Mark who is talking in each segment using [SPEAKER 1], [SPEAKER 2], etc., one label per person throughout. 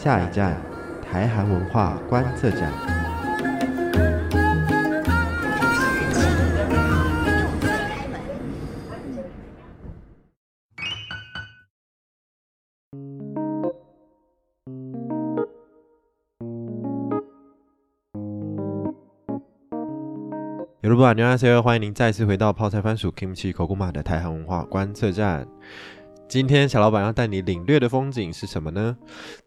[SPEAKER 1] 下一站 대한문화 관측장.有路不안녕하세요，欢迎您再次回到泡菜番薯 Kimchi k o k u m a 的台韩文化观测站。今天小老板要带你领略的风景是什么呢？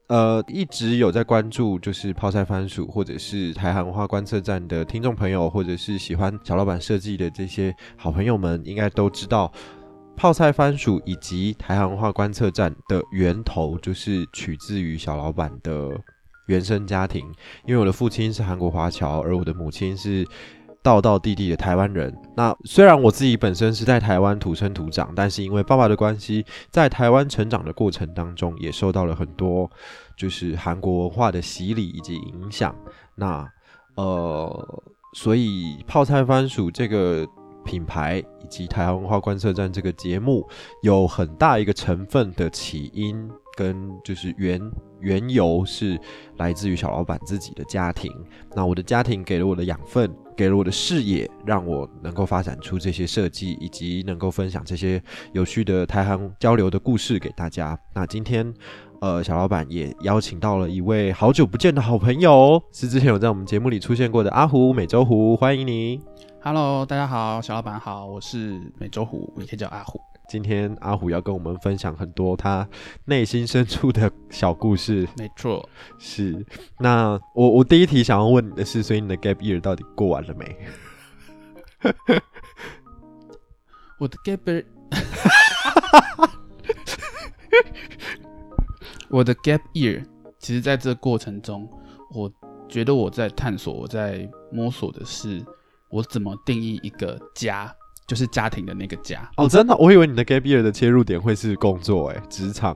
[SPEAKER 1] 呃，一直有在关注就是泡菜番薯或者是台韩文化观测站的听众朋友，或者是喜欢小老板设计的这些好朋友们，应该都知道。泡菜番薯以及台韩文化观测站的源头，就是取自于小老板的原生家庭。因为我的父亲是韩国华侨，而我的母亲是道道地地的台湾人。那虽然我自己本身是在台湾土生土长，但是因为爸爸的关系，在台湾成长的过程当中，也受到了很多就是韩国文化的洗礼以及影响。那呃，所以泡菜番薯这个品牌以及台湾文化观测站这个节目，有很大一个成分的起因跟就是原缘由是来自于小老板自己的家庭。那我的家庭给了我的养分，给了我的视野，让我能够发展出这些设计，以及能够分享这些有趣的台韩交流的故事给大家。那今天，呃，小老板也邀请到了一位好久不见的好朋友哦，是之前有在我们节目里出现过的阿胡美洲胡，欢迎你。
[SPEAKER 2] Hello，大家好，小老板好，我是美洲虎，也可以叫阿虎。
[SPEAKER 1] 今天阿虎要跟我们分享很多他内心深处的小故事，
[SPEAKER 2] 没错，
[SPEAKER 1] 是，那我我第一题想要问你的是，所以你的 gap year 到底过完了没？
[SPEAKER 2] 我的 gap year，我的 gap year，其实在这过程中，我觉得我在探索，我在摸索的是我怎么定义一个家，就是家庭的那个家。
[SPEAKER 1] 哦，真的，我以为你的 gap year 的切入点会是工作、欸，职场，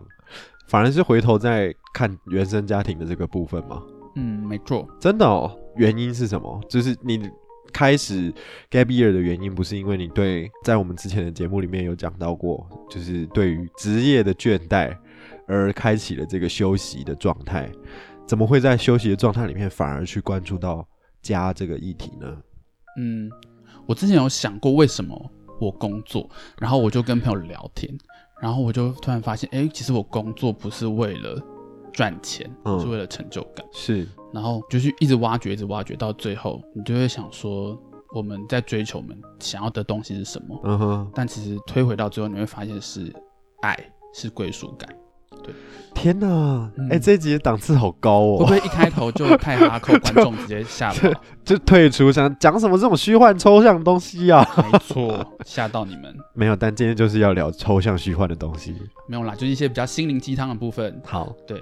[SPEAKER 1] 反而是回头再看原生家庭的这个部分吗？
[SPEAKER 2] 嗯，没错，
[SPEAKER 1] 真的哦，原因是什么？就是你开始 gap year 的原因，不是因为你对在我们之前的节目里面有讲到过，就是对于职业的倦怠而开启了这个休息的状态，怎么会在休息的状态里面反而去关注到家这个议题呢？
[SPEAKER 2] 嗯，我之前有想过为什么我工作，然后我就跟朋友聊天，然后我就突然发现，哎、其实我工作不是为了赚钱，
[SPEAKER 1] 嗯
[SPEAKER 2] 是为了成就感。
[SPEAKER 1] 是，
[SPEAKER 2] 然后就是一直挖掘，一直挖掘，到最后你就会想说，我们在追求我们想要的东西是什么？
[SPEAKER 1] 嗯哼，
[SPEAKER 2] 但其实推回到最后，你会发现是爱，是归属感。
[SPEAKER 1] 天哪，哎、
[SPEAKER 2] 嗯
[SPEAKER 1] 这一集的档次好高哦，
[SPEAKER 2] 会不会一开头就太哈扣，观众直接吓跑？
[SPEAKER 1] 就退出，想讲什么这种虚幻抽象的东西啊？
[SPEAKER 2] 没错，吓到你们。
[SPEAKER 1] 没有，但今天就是要聊抽象虚幻的东西。
[SPEAKER 2] 没有啦，就是一些比较心灵鸡汤的部分。
[SPEAKER 1] 好，
[SPEAKER 2] 对，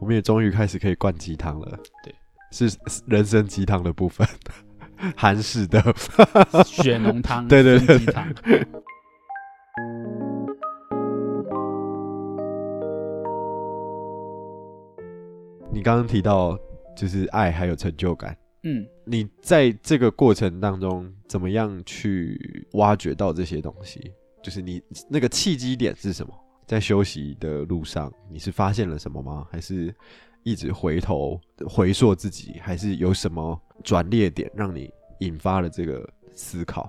[SPEAKER 1] 我们也终于开始可以灌鸡汤了。
[SPEAKER 2] 对，
[SPEAKER 1] 是是人生鸡汤的部分， 韩式的。
[SPEAKER 2] 血浓汤，
[SPEAKER 1] 对对对
[SPEAKER 2] 参鸡汤。
[SPEAKER 1] 你刚刚提到就是爱还有成就感，
[SPEAKER 2] 嗯，
[SPEAKER 1] 你在这个过程当中怎么样去挖掘到这些东西？就是你那个契机点是什么？在休息的路上，你是发现了什么吗？还是一直回头回溯自己？还是有什么转捩点让你引发了这个思考？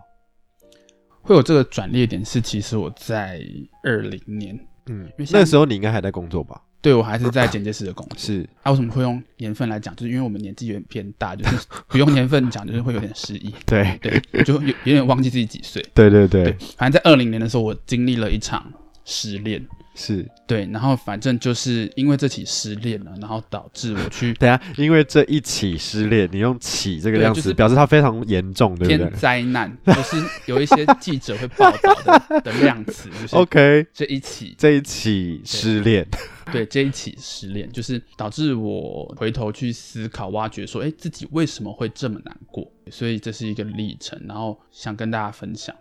[SPEAKER 2] 会有这个转捩点是，其实我在二零年，
[SPEAKER 1] 嗯，
[SPEAKER 2] 为像
[SPEAKER 1] 那时候你应该还在工作吧？
[SPEAKER 2] 对我还是在简介室的工作。
[SPEAKER 1] 是，
[SPEAKER 2] 啊，为什么会用年份来讲？就是因为我们年纪有点偏大，就是 不用年份讲，就是会有点失忆。
[SPEAKER 1] 对，
[SPEAKER 2] 对，就有有点忘记自己几岁。
[SPEAKER 1] 对对对，
[SPEAKER 2] 对，反正在二零年的时候，我经历了一场失恋。
[SPEAKER 1] 是。
[SPEAKER 2] 对，然后反正就是因为这起失恋了，然后导致我去
[SPEAKER 1] 等一下，因为这一起失恋，你用“起”这个
[SPEAKER 2] 对
[SPEAKER 1] 量
[SPEAKER 2] 就
[SPEAKER 1] 词，
[SPEAKER 2] 是
[SPEAKER 1] 表示它非常严重，对不
[SPEAKER 2] 偏
[SPEAKER 1] 对
[SPEAKER 2] 灾难，就是有一些记者会报道的的量词，就 是
[SPEAKER 1] ？OK，
[SPEAKER 2] 这一起
[SPEAKER 1] 这一起失恋，
[SPEAKER 2] 对这一起失恋，就是导致我回头去思考、挖掘，说，哎，自己为什么会这么难过？所以这是一个历程，然后想跟大家分享。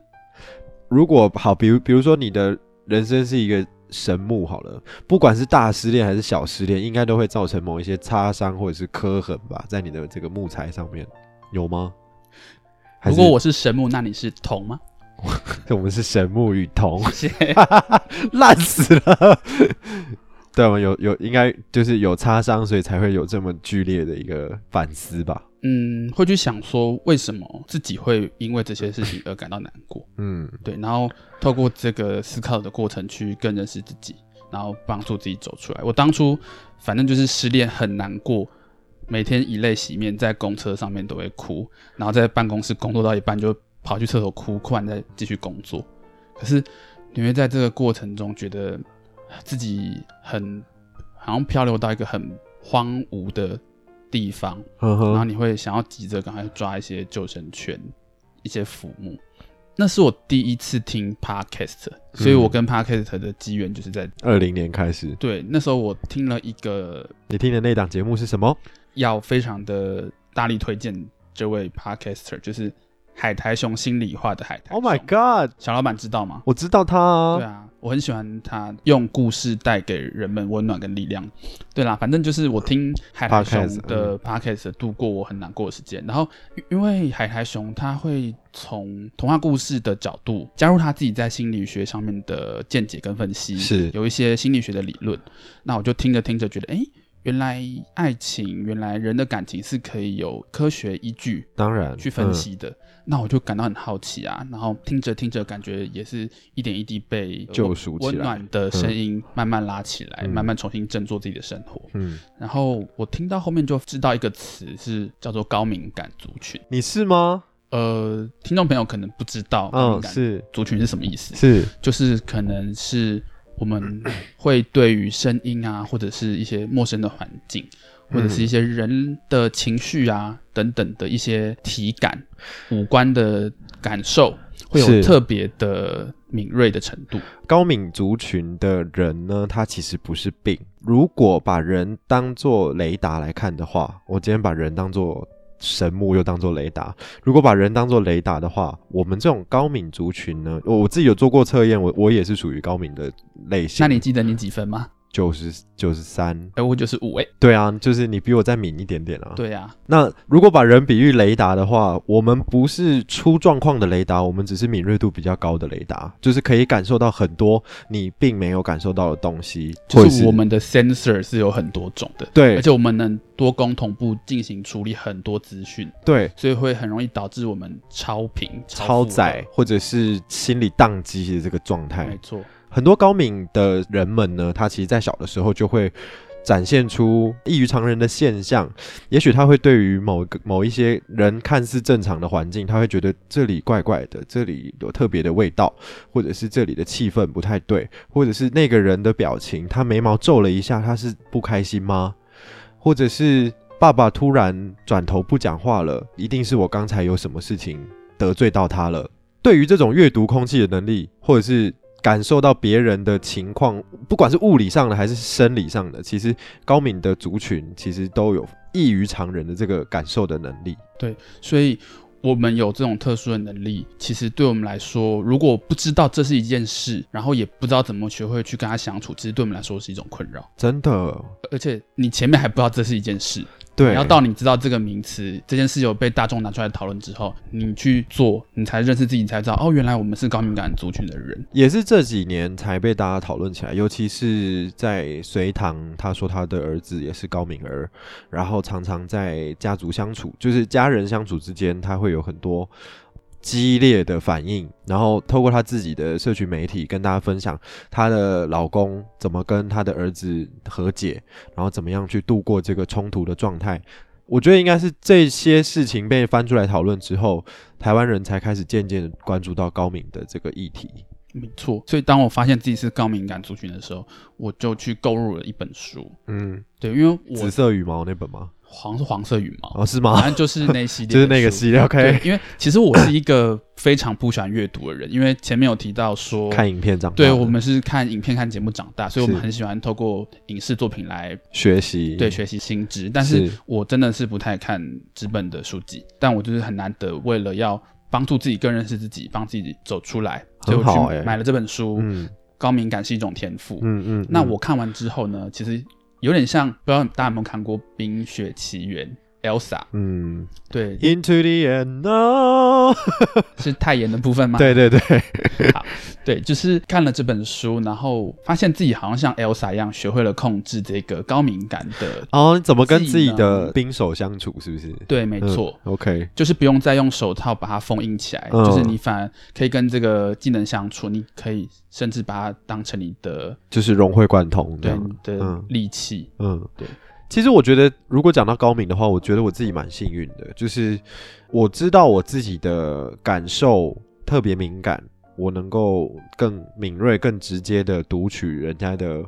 [SPEAKER 1] 如果好，比如比如说你的人生是一个神木好了，不管是大失恋还是小失恋，应该都会造成某一些擦伤或者是磕痕吧，在你的这个木材上面有吗？还
[SPEAKER 2] 如
[SPEAKER 1] 是
[SPEAKER 2] 果我是神木，那你是铜吗？
[SPEAKER 1] 我们是神木与铜，
[SPEAKER 2] 谢谢。
[SPEAKER 1] 烂死了。对，我们有有应该就是有擦伤，所以才会有这么剧烈的一个反思吧。
[SPEAKER 2] 嗯，会去想说为什么自己会因为这些事情而感到难过，
[SPEAKER 1] 嗯，
[SPEAKER 2] 对，然后透过这个思考的过程去更认识自己，然后帮助自己走出来。我当初反正就是失恋很难过，每天以泪洗面，在公车上面都会哭，然后在办公室工作到一半就跑去厕所哭，哭完再继续工作。可是你会在这个过程中觉得自己很好像漂流到一个很荒芜的地方，
[SPEAKER 1] 呵
[SPEAKER 2] 然后
[SPEAKER 1] 呵，
[SPEAKER 2] 你会想要急着赶快抓一些救生圈、一些浮木。那是我第一次听 podcast，所
[SPEAKER 1] 嗯
[SPEAKER 2] 以我跟 podcast 的机缘就是在、
[SPEAKER 1] 二零年开始，
[SPEAKER 2] 对那时候我听了一个
[SPEAKER 1] 你听的那档节目是什么？
[SPEAKER 2] 要非常的大力推荐这位 podcaster，就是海苔熊心里话的海苔熊。
[SPEAKER 1] Oh my god！
[SPEAKER 2] 小老板知道吗？
[SPEAKER 1] 我知道他啊，
[SPEAKER 2] 对啊，我很喜欢他用故事带给人们温暖跟力量。对啦，反正就是我听海苔熊
[SPEAKER 1] Podcast，嗯
[SPEAKER 2] 的 podcast 度过我很难过的时间。然后因因为海苔熊他会从童话故事的角度加入他自己在心理学上面的见解跟分析，
[SPEAKER 1] 是
[SPEAKER 2] 有一些心理学的理论。那我就听着听着觉得，哎、原来爱情，原来人的感情是可以有科学依据
[SPEAKER 1] 当然嗯
[SPEAKER 2] 去分、析的。那我就感到很好奇啊，然后听着听着，感觉也是一点一滴被呃
[SPEAKER 1] 救赎起来
[SPEAKER 2] 温暖的声音慢慢拉起来，
[SPEAKER 1] 嗯
[SPEAKER 2] 慢慢重新振作自己的生活。
[SPEAKER 1] 嗯。嗯，
[SPEAKER 2] 然后我听到后面就知道一个词是叫做高敏感族群。
[SPEAKER 1] 你是吗？
[SPEAKER 2] 呃，听众朋友可能不知道高哦敏
[SPEAKER 1] 嗯，
[SPEAKER 2] 感
[SPEAKER 1] 是
[SPEAKER 2] 族群是什么意思，
[SPEAKER 1] 是，
[SPEAKER 2] 就是可能是我们会对于声音啊，或者是一些陌生的环境，或者
[SPEAKER 1] 嗯
[SPEAKER 2] 是一些人的情绪啊等等的一些体感、五官的感受，会有
[SPEAKER 1] 嗯是
[SPEAKER 2] 特别的敏锐的程度。
[SPEAKER 1] 高敏族群的人呢，他其实不是病。如果把人当做雷达来看的话，我今天把人当做神木，又当做雷达。如果把人当做雷达的话，我们这种高敏族群呢，我我自己有做过测验，我我也是属于高敏的类型。
[SPEAKER 2] 那你记得你几分吗？
[SPEAKER 1] 九十九十三，
[SPEAKER 2] 哎，我就是五哎。
[SPEAKER 1] 对啊，就是你比我再敏一点点啊。
[SPEAKER 2] 对啊，
[SPEAKER 1] 那如果把人比喻雷达的话，我们不是出状况的雷达，我们只是敏锐度比较高的雷达，就是可以感受到很多你并没有感受到的东西，或
[SPEAKER 2] 就
[SPEAKER 1] 者
[SPEAKER 2] 是我们呃的 sensor 是有很多种的，而
[SPEAKER 1] 对
[SPEAKER 2] 且我们能多工同步进行处理很多资讯，
[SPEAKER 1] 对
[SPEAKER 2] 所以会很容易导致我们超频、
[SPEAKER 1] 超
[SPEAKER 2] 负荷
[SPEAKER 1] 载。或者是心理宕机的这个状态
[SPEAKER 2] 没，错，
[SPEAKER 1] 很多高敏的人们呢，他其实在小的时候就会。展现出异于常人的现象，也许他会对于某个某一些人看似正常的环境，他会觉得这里怪怪的，这里有特别的味道，或者是这里的气氛不太对，或者是那个人的表情，他眉毛皱了一下，他是不开心吗？或者是爸爸突然转头不讲话了，一定是我刚才有什么事情得罪到他了。对于这种阅读空气的能力，或者是感受到别人的情况，不管是物理上的还是生理上的，其实高敏的族群其实都有异于常人的这个感受的能力。
[SPEAKER 2] 所以我们有这种特殊的能力，其实对我们来说，如果不知道这是一件事，然后也不知道怎么学会去跟他相处，其实对我们来说是一种困扰。
[SPEAKER 1] 真的，
[SPEAKER 2] 而且你前面还不知道这是一件事，
[SPEAKER 1] 对，
[SPEAKER 2] 然后到你知道这个名词、这件事有被大众拿出来讨论之后，你去做，你才认识自己，你才知道哦，原来我们是高敏感族群的人。
[SPEAKER 1] 也是这几年才被大家讨论起来，尤其是在隋唐，他说他的儿子也是高敏儿，然后常常在家族相处，就是家人相处之间，他会有很多激烈的反应，然后透过他自己的社群媒体跟大家分享她的老公怎么跟她的儿子和解，然后怎么样去度过这个冲突的状态。我觉得应该是这些事情被翻出来讨论之后，台湾人才开始渐渐地关注到高敏的这个议题。
[SPEAKER 2] 没错，所以当我发现自己是高敏感族群的时候，我就去购入了一本书。
[SPEAKER 1] 嗯，
[SPEAKER 2] 对，因为我啊
[SPEAKER 1] 紫色羽毛那本吗？
[SPEAKER 2] 好像是黄色羽毛，
[SPEAKER 1] 哦，是
[SPEAKER 2] 反
[SPEAKER 1] 吗？
[SPEAKER 2] 正就是那系列，
[SPEAKER 1] 就是那个系列
[SPEAKER 2] 对
[SPEAKER 1] ，OK，，
[SPEAKER 2] 因为其实我是一个非常不喜欢阅读的人，因为前面有提到说，
[SPEAKER 1] 看影片长大的，
[SPEAKER 2] 对我们是看影片、看节目长大，所以我们
[SPEAKER 1] 是
[SPEAKER 2] 很喜欢透过影视作品来
[SPEAKER 1] 学习，
[SPEAKER 2] 对学习新知。但是
[SPEAKER 1] 是
[SPEAKER 2] 我真的是不太看纸本的书籍，但我就是很难得为了要帮助自己更认识自己，帮自己走出来，所以
[SPEAKER 1] 很好
[SPEAKER 2] 我
[SPEAKER 1] 欸
[SPEAKER 2] 去买了这本书。
[SPEAKER 1] 嗯
[SPEAKER 2] 高敏感是一种天赋。
[SPEAKER 1] 嗯嗯，
[SPEAKER 2] 那
[SPEAKER 1] 嗯
[SPEAKER 2] 我看完之后呢，其实有点像，不知道大家有没有看过《冰雪奇缘》Elsa？
[SPEAKER 1] 嗯
[SPEAKER 2] 对，
[SPEAKER 1] ，Into the end now，
[SPEAKER 2] 是泰妍的部分吗？
[SPEAKER 1] 对对对，
[SPEAKER 2] 对，就是看了这本书，然后发现自己好像像 Elsa 一样，学会了控制这个高敏感的。
[SPEAKER 1] 哦，你怎么跟
[SPEAKER 2] 技
[SPEAKER 1] 自己
[SPEAKER 2] 能
[SPEAKER 1] 的兵手相处？是不是？
[SPEAKER 2] 对，没
[SPEAKER 1] 嗯，
[SPEAKER 2] 错。
[SPEAKER 1] ，OK，
[SPEAKER 2] 就是不用再用手套把它封印起来，
[SPEAKER 1] 嗯
[SPEAKER 2] 就是你反而可以跟这个技能相处，你可以甚至把它当成你的
[SPEAKER 1] 就是融会贯通这
[SPEAKER 2] 对
[SPEAKER 1] 样
[SPEAKER 2] 你的
[SPEAKER 1] 嗯
[SPEAKER 2] 利器。
[SPEAKER 1] 嗯，
[SPEAKER 2] 对。
[SPEAKER 1] 其实我觉得，如果讲到高敏的话，我觉得我自己蛮幸运的，就是我知道我自己的感受特别敏感，我能够更敏锐、更直接的读取人家的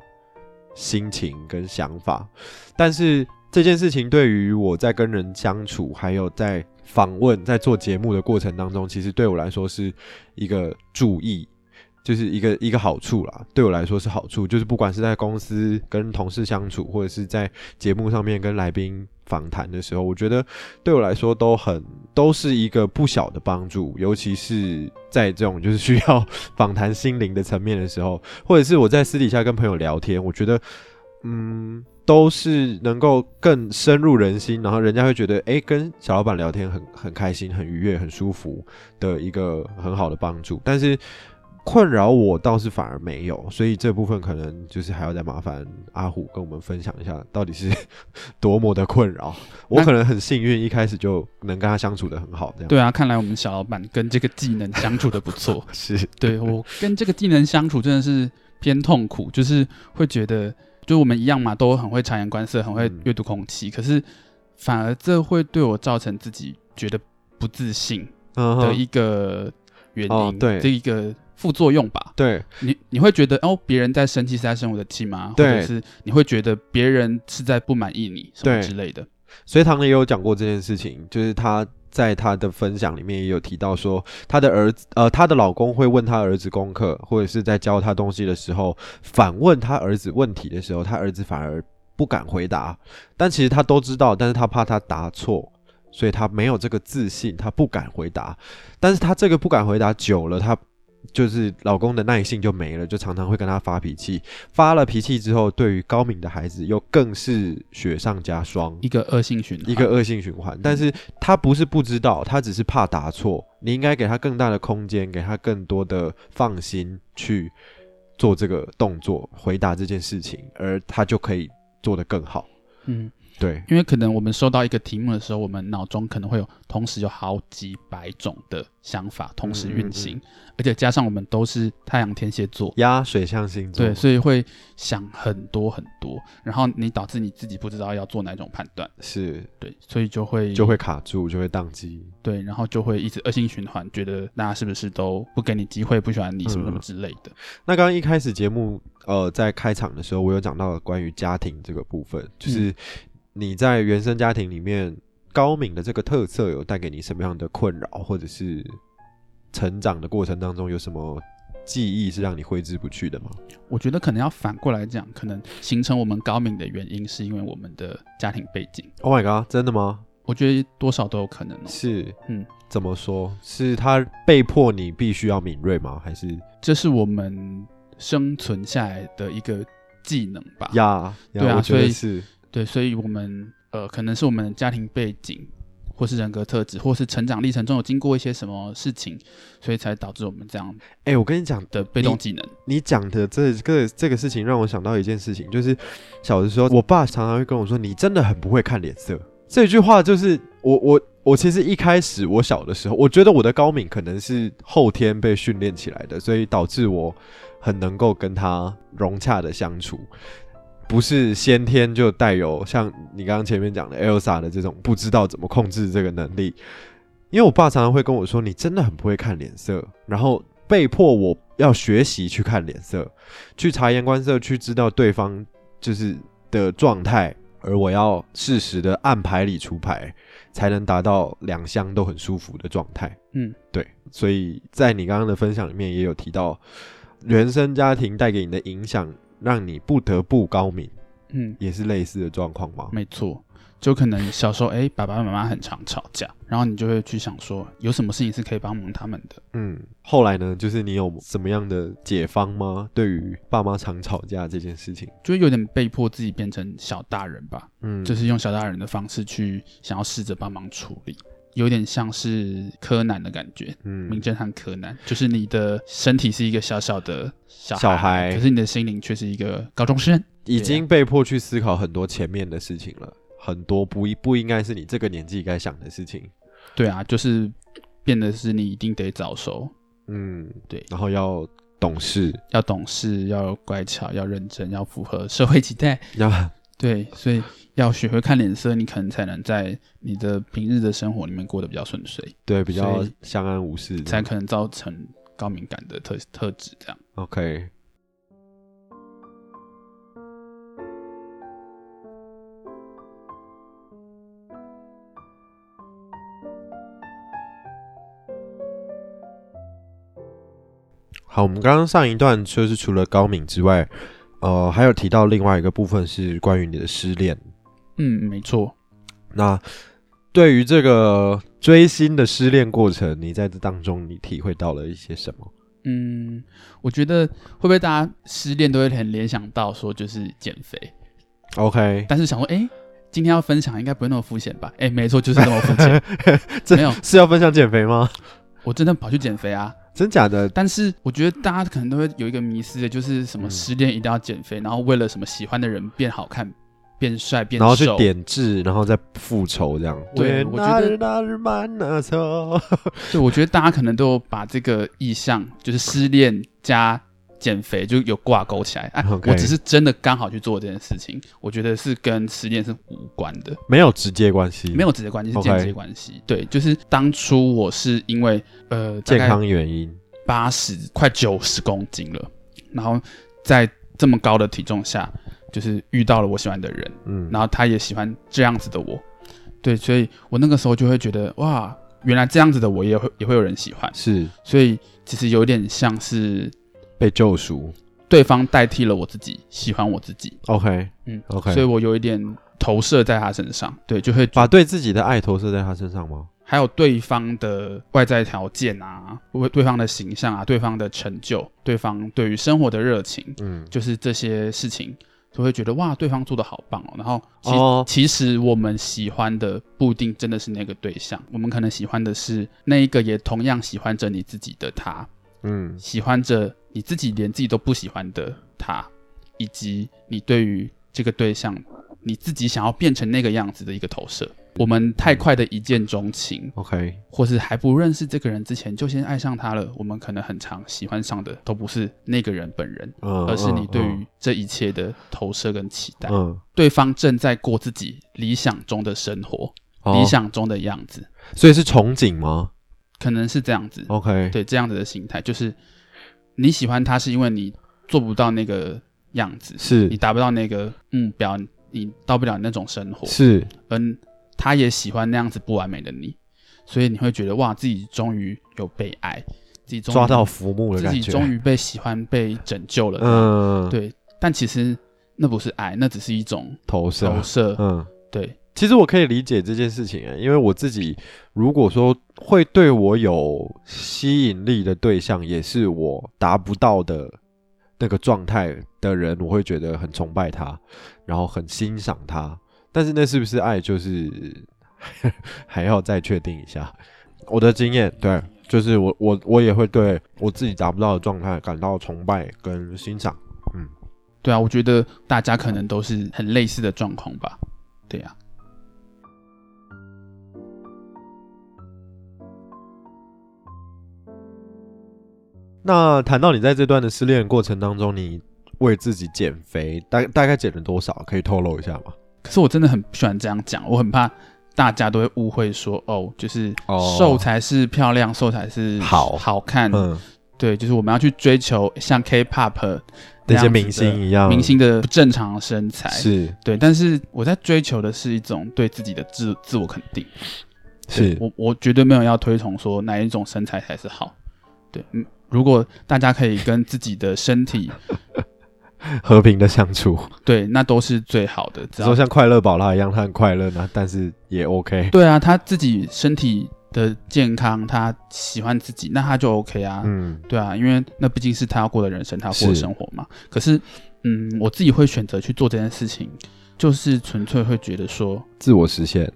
[SPEAKER 1] 心情跟想法。但是这件事情对于我在跟人相处，还有在访问、在做节目的过程当中，其实对我来说是一个注意，就是一个一个好处啦。对我来说是好处，就是不管是在公司跟同事相处，或者是在节目上面跟来宾访谈的时候，我觉得对我来说都很都是一个不小的帮助，尤其是在这种就是需要 访谈心灵的层面的时候，或者是我在私底下跟朋友聊天，我觉得嗯。都是能够更深入人心，然后人家会觉得，哎、跟小老板聊天很很开心、很愉悦、很舒服的一个很好的帮助。但是困扰我倒是反而没有，所以这部分可能就是还要再麻烦阿虎跟我们分享一下，到底是 多么的困扰。我
[SPEAKER 2] 那
[SPEAKER 1] 可能很幸运，一开始就能跟他相处的很好，这样
[SPEAKER 2] 对啊，看来我们小老板跟这个技能相处的不错。
[SPEAKER 1] 是
[SPEAKER 2] 对我跟这个技能相处真的是偏痛苦，就是会觉得，就是我们一样嘛，都很会察言观色，很会
[SPEAKER 1] 嗯
[SPEAKER 2] 阅读空气，可是反而这会对我造成自己觉得不自信
[SPEAKER 1] 嗯
[SPEAKER 2] 的
[SPEAKER 1] 哼，
[SPEAKER 2] 一个原因，
[SPEAKER 1] 哦对
[SPEAKER 2] 这一个副作用吧。
[SPEAKER 1] 对，
[SPEAKER 2] 你你会觉得哦，别人在生气是在生我的气吗？或
[SPEAKER 1] 对
[SPEAKER 2] 者是你会觉得别人是在不满意你什么
[SPEAKER 1] 对
[SPEAKER 2] 之类的？
[SPEAKER 1] 隋唐也有讲过这件事情，就是他在他的分享里面也有提到说，他的儿子呃，他的老公会问他儿子功课，或者是在教他东西的时候，反问他儿子问题的时候，他儿子反而不敢回答，但其实他都知道，但是他怕他答错。所以他没有这个自信，他不敢回答。但是他这个不敢回答久了，他就是老公的耐性就没了，就常常会跟他发脾气。发了脾气之后，对于高敏的孩子又更是雪上加霜。
[SPEAKER 2] 一个恶性循环，
[SPEAKER 1] 一个恶性循环。但是他不是不知道，他只是怕答错。你应该给他更大的空间，给他更多的放心去做这个动作，回答这件事情，而他就可以做得更好。
[SPEAKER 2] 嗯，
[SPEAKER 1] 对，
[SPEAKER 2] 因为可能我们收到一个题目的时候，我们脑中可能会有同时有好几百种的想法同时运行，
[SPEAKER 1] 嗯
[SPEAKER 2] 而且加上我们都是太阳天蝎座，
[SPEAKER 1] 压水象星座，
[SPEAKER 2] 对，所以会想很多很多，然后你导致你自己不知道要做哪种判断，
[SPEAKER 1] 是
[SPEAKER 2] 对，所以就会
[SPEAKER 1] 就会卡住，就会宕机。
[SPEAKER 2] 对，然后就会一直恶性循环，觉得大家是不是都不给你机会，不喜欢你什么什么
[SPEAKER 1] 嗯
[SPEAKER 2] 之类的，
[SPEAKER 1] 那刚刚一开始节目呃在开场的时候，我有讲到关于家庭这个部分，就是你在原生家庭里面高敏的这个特色有带给你什么样的困扰，或者是成长的过程当中有什么记忆是让你挥之不去的吗？
[SPEAKER 2] 我觉得可能要反过来讲，可能形成我们高敏的原因是因为我们的家庭背景，
[SPEAKER 1] Oh my god，真的吗？
[SPEAKER 2] 我觉得多少都有可能哦。
[SPEAKER 1] 是，
[SPEAKER 2] 嗯，
[SPEAKER 1] 怎么说？是他被迫你必须要敏锐吗？还是
[SPEAKER 2] 这是我们生存下来的一个技能吧？
[SPEAKER 1] 呀？
[SPEAKER 2] 对啊
[SPEAKER 1] 我觉得
[SPEAKER 2] 所以
[SPEAKER 1] 是，
[SPEAKER 2] 对，所以我们呃，可能是我们的家庭背景，或是人格特质，或是成长历程中有经过一些什么事情，所以才导致我们这样
[SPEAKER 1] 哎、我跟你讲，
[SPEAKER 2] 的被动技能。
[SPEAKER 1] 你讲的这个这个事情让我想到一件事情，就是小的时候，我爸常常会跟我说：“你真的很不会看脸色。”这句话就是我我我其实一开始我小的时候，我觉得我的高敏可能是后天被训练起来的，所以导致我很能够跟他融洽的相处，不是先天就带有像你刚刚前面讲的 Elsa 的这种不知道怎么控制这个能力。因为我爸常常会跟我说：“你真的很不会看脸色。”然后被迫我要学习去看脸色，去察言观色，去知道对方就是的状态，而我要适时的按牌理出牌，才能达到两厢都很舒服的状态。
[SPEAKER 2] 嗯，
[SPEAKER 1] 对，所以在你刚刚的分享里面也有提到，原生家庭带给你的影响，让你不得不高敏，
[SPEAKER 2] 嗯，
[SPEAKER 1] 也是类似的状况吗？
[SPEAKER 2] 没错，就可能小时候，哎、爸爸妈妈很常吵架，然后你就会去想说，有什么事情是可以帮忙他们的。
[SPEAKER 1] 嗯，后来呢，就是你有什么样的解方吗？对于爸妈常吵架这件事情，
[SPEAKER 2] 就有点被迫自己变成小大人吧，
[SPEAKER 1] 嗯，
[SPEAKER 2] 就是用小大人的方式去想要试着帮忙处理，有点像是柯南的感觉，名
[SPEAKER 1] 嗯，
[SPEAKER 2] 侦探柯南，就是你的身体是一个小小的小
[SPEAKER 1] 小孩
[SPEAKER 2] 可是你的心灵却是一个高中生。
[SPEAKER 1] 已经被迫去思考很多前面的事情了，很多不不应该是你这个年纪该想的事情，
[SPEAKER 2] 对啊，就是变得是你一定得早熟，
[SPEAKER 1] 嗯，
[SPEAKER 2] 对
[SPEAKER 1] 然后要懂事，
[SPEAKER 2] 要懂事，要乖巧，要认真，要符合社会期待。
[SPEAKER 1] 要
[SPEAKER 2] 对，所以要学会看脸色，你可能才能在你的平日的生活里面过得比较顺遂，
[SPEAKER 1] 对比较
[SPEAKER 2] 所以
[SPEAKER 1] 相安无事这样，
[SPEAKER 2] 才可能造成高敏感的特特质这样。
[SPEAKER 1] OK。好，我们刚刚上一段就是除了高敏之外，呃，还有提到另外一个部分是关于你的失恋。
[SPEAKER 2] 嗯，没错。
[SPEAKER 1] 那对于这个追星的失恋过程，你在这当中你体会到了一些什么？
[SPEAKER 2] 嗯，我觉得会不会大家失恋都会很联想到说就是减肥，
[SPEAKER 1] OK，
[SPEAKER 2] 但是想说，哎、今天要分享应该不会那么肤浅吧？哎、没错，就是那么肤浅。
[SPEAKER 1] 这
[SPEAKER 2] 没有，
[SPEAKER 1] 是要分享减肥吗？
[SPEAKER 2] 我真的跑去减肥啊。
[SPEAKER 1] 真假的？
[SPEAKER 2] 但是我觉得大家可能都会有一个迷思的，就是
[SPEAKER 1] 嗯
[SPEAKER 2] 什么失恋一定要减肥，然后为了什么喜欢的人变好看、变帅、变
[SPEAKER 1] 然后去
[SPEAKER 2] 瘦。
[SPEAKER 1] 点痣，然后再复仇这样。
[SPEAKER 2] 对我觉得
[SPEAKER 1] 那日满那愁。
[SPEAKER 2] 对，我觉得大家可能都有把这个意向，就是失恋加减肥就有挂钩起来。哎、
[SPEAKER 1] OK
[SPEAKER 2] 我只是真的刚好去做这件事情，我觉得是跟失恋是无关的。
[SPEAKER 1] 没有直接关系，
[SPEAKER 2] 没有直接关系，是
[SPEAKER 1] 嗯
[SPEAKER 2] 间
[SPEAKER 1] OK
[SPEAKER 2] 接关系。对，就是当初我是因为呃
[SPEAKER 1] 健康原因。
[SPEAKER 2] 八十快九十公斤了，然后在这么高的体重下，就是遇到了我喜欢的人，
[SPEAKER 1] 嗯，
[SPEAKER 2] 然后他也喜欢这样子的我，对，所以我那个时候就会觉得哇，原来这样子的我也会也会有人喜欢，
[SPEAKER 1] 是
[SPEAKER 2] 所以其实有点像是
[SPEAKER 1] 被救赎。
[SPEAKER 2] 对方代替了我自己喜欢我自己，
[SPEAKER 1] OK
[SPEAKER 2] 嗯
[SPEAKER 1] OK，
[SPEAKER 2] 所以我有一点投射在他身上，对，就会
[SPEAKER 1] 把对自己的爱投射在他身上吗？
[SPEAKER 2] 还有对方的外在条件啊，对对方的形象啊，对方的成就，对方对于生活的热情，
[SPEAKER 1] 嗯，
[SPEAKER 2] 就是这些事情，都会觉得哇，对方做的好棒哦。然后其、
[SPEAKER 1] 哦
[SPEAKER 2] 其实我们喜欢的不一定真的是那个对象，我们可能喜欢的是那一个也同样喜欢着你自己的他，
[SPEAKER 1] 嗯
[SPEAKER 2] 喜欢着你自己连自己都不喜欢的他，以及你对于这个对象你自己想要变成那个样子的一个投射。我们太快的一见钟情，
[SPEAKER 1] ，OK，
[SPEAKER 2] 或是还不认识这个人之前就先爱上他了，我们可能很常喜欢上的都不是那个人本人，
[SPEAKER 1] 嗯，
[SPEAKER 2] 而是你对于
[SPEAKER 1] 嗯
[SPEAKER 2] 这一切的投射跟期待。
[SPEAKER 1] 嗯，
[SPEAKER 2] 对方正在过自己理想中的生活，
[SPEAKER 1] 哦
[SPEAKER 2] 理，想中的样子，
[SPEAKER 1] 所以是憧憬吗
[SPEAKER 2] 可能是这样子。
[SPEAKER 1] ？OK，，
[SPEAKER 2] 对，这样子的心态就是你喜欢他是因为你做不到那个样子，你
[SPEAKER 1] 是
[SPEAKER 2] 达不到那个目标，你到不了那种生活。
[SPEAKER 1] 是，
[SPEAKER 2] 嗯，他也喜欢那样子不完美的你，所以你会觉得哇，自己终于有被爱，自己终于
[SPEAKER 1] 抓到浮木的
[SPEAKER 2] 自
[SPEAKER 1] 感
[SPEAKER 2] 己
[SPEAKER 1] 觉。
[SPEAKER 2] 终于被喜欢、被拯救了。嗯，
[SPEAKER 1] 嗯，，
[SPEAKER 2] 对。但其实那不是爱，那只是一种
[SPEAKER 1] 投射，
[SPEAKER 2] 投射。
[SPEAKER 1] 嗯。
[SPEAKER 2] 对，
[SPEAKER 1] 其实我可以理解这件事情、欸，因为我自己如果说会对我有吸引力的对象，也是我达不到的那个状态的人，我会觉得很崇拜他，然后很欣赏他。但是那是不是爱，就是 还要再确定一下。我的经验，对，啊就是我我我也会对我自己达不到的状态感到崇拜跟欣赏。
[SPEAKER 2] 对啊，我觉得大家可能都是很类似的状况吧。对啊，
[SPEAKER 1] 那谈到你在这段的失恋过程当中，你为自己减肥，大大概减了多少？可以透露一下吗？
[SPEAKER 2] 可是我真的很不喜欢这样讲，我很怕大家都会误会说哦，就是
[SPEAKER 1] 哦
[SPEAKER 2] 瘦才是漂亮，瘦才是
[SPEAKER 1] 好
[SPEAKER 2] 好看。
[SPEAKER 1] 嗯
[SPEAKER 2] 对，就是我们要去追求像 K-pop
[SPEAKER 1] 那些
[SPEAKER 2] 样子
[SPEAKER 1] 明
[SPEAKER 2] 的
[SPEAKER 1] 星一样
[SPEAKER 2] 明星的不正常的身材，
[SPEAKER 1] 是
[SPEAKER 2] 对。但是我在追求的是一种对自己的自自我肯定。
[SPEAKER 1] 是
[SPEAKER 2] 我我绝对没有要推崇说哪一种身材才是好。对，嗯，如果大家可以跟自己的身体
[SPEAKER 1] 和平的相处，
[SPEAKER 2] 对，那都是最好的。只
[SPEAKER 1] 只
[SPEAKER 2] 要
[SPEAKER 1] 说像快乐宝拉一样，他很快乐呢，但是也 OK。
[SPEAKER 2] 对啊，他自己身体的健康，他喜欢自己，那他就 OK 啊。
[SPEAKER 1] 嗯，
[SPEAKER 2] 对啊，因为那毕竟是他要过的人生，他要过的
[SPEAKER 1] 是
[SPEAKER 2] 生活嘛。可是，嗯，我自己会选择去做这件事情，就是纯粹会觉得说，
[SPEAKER 1] 自我实现，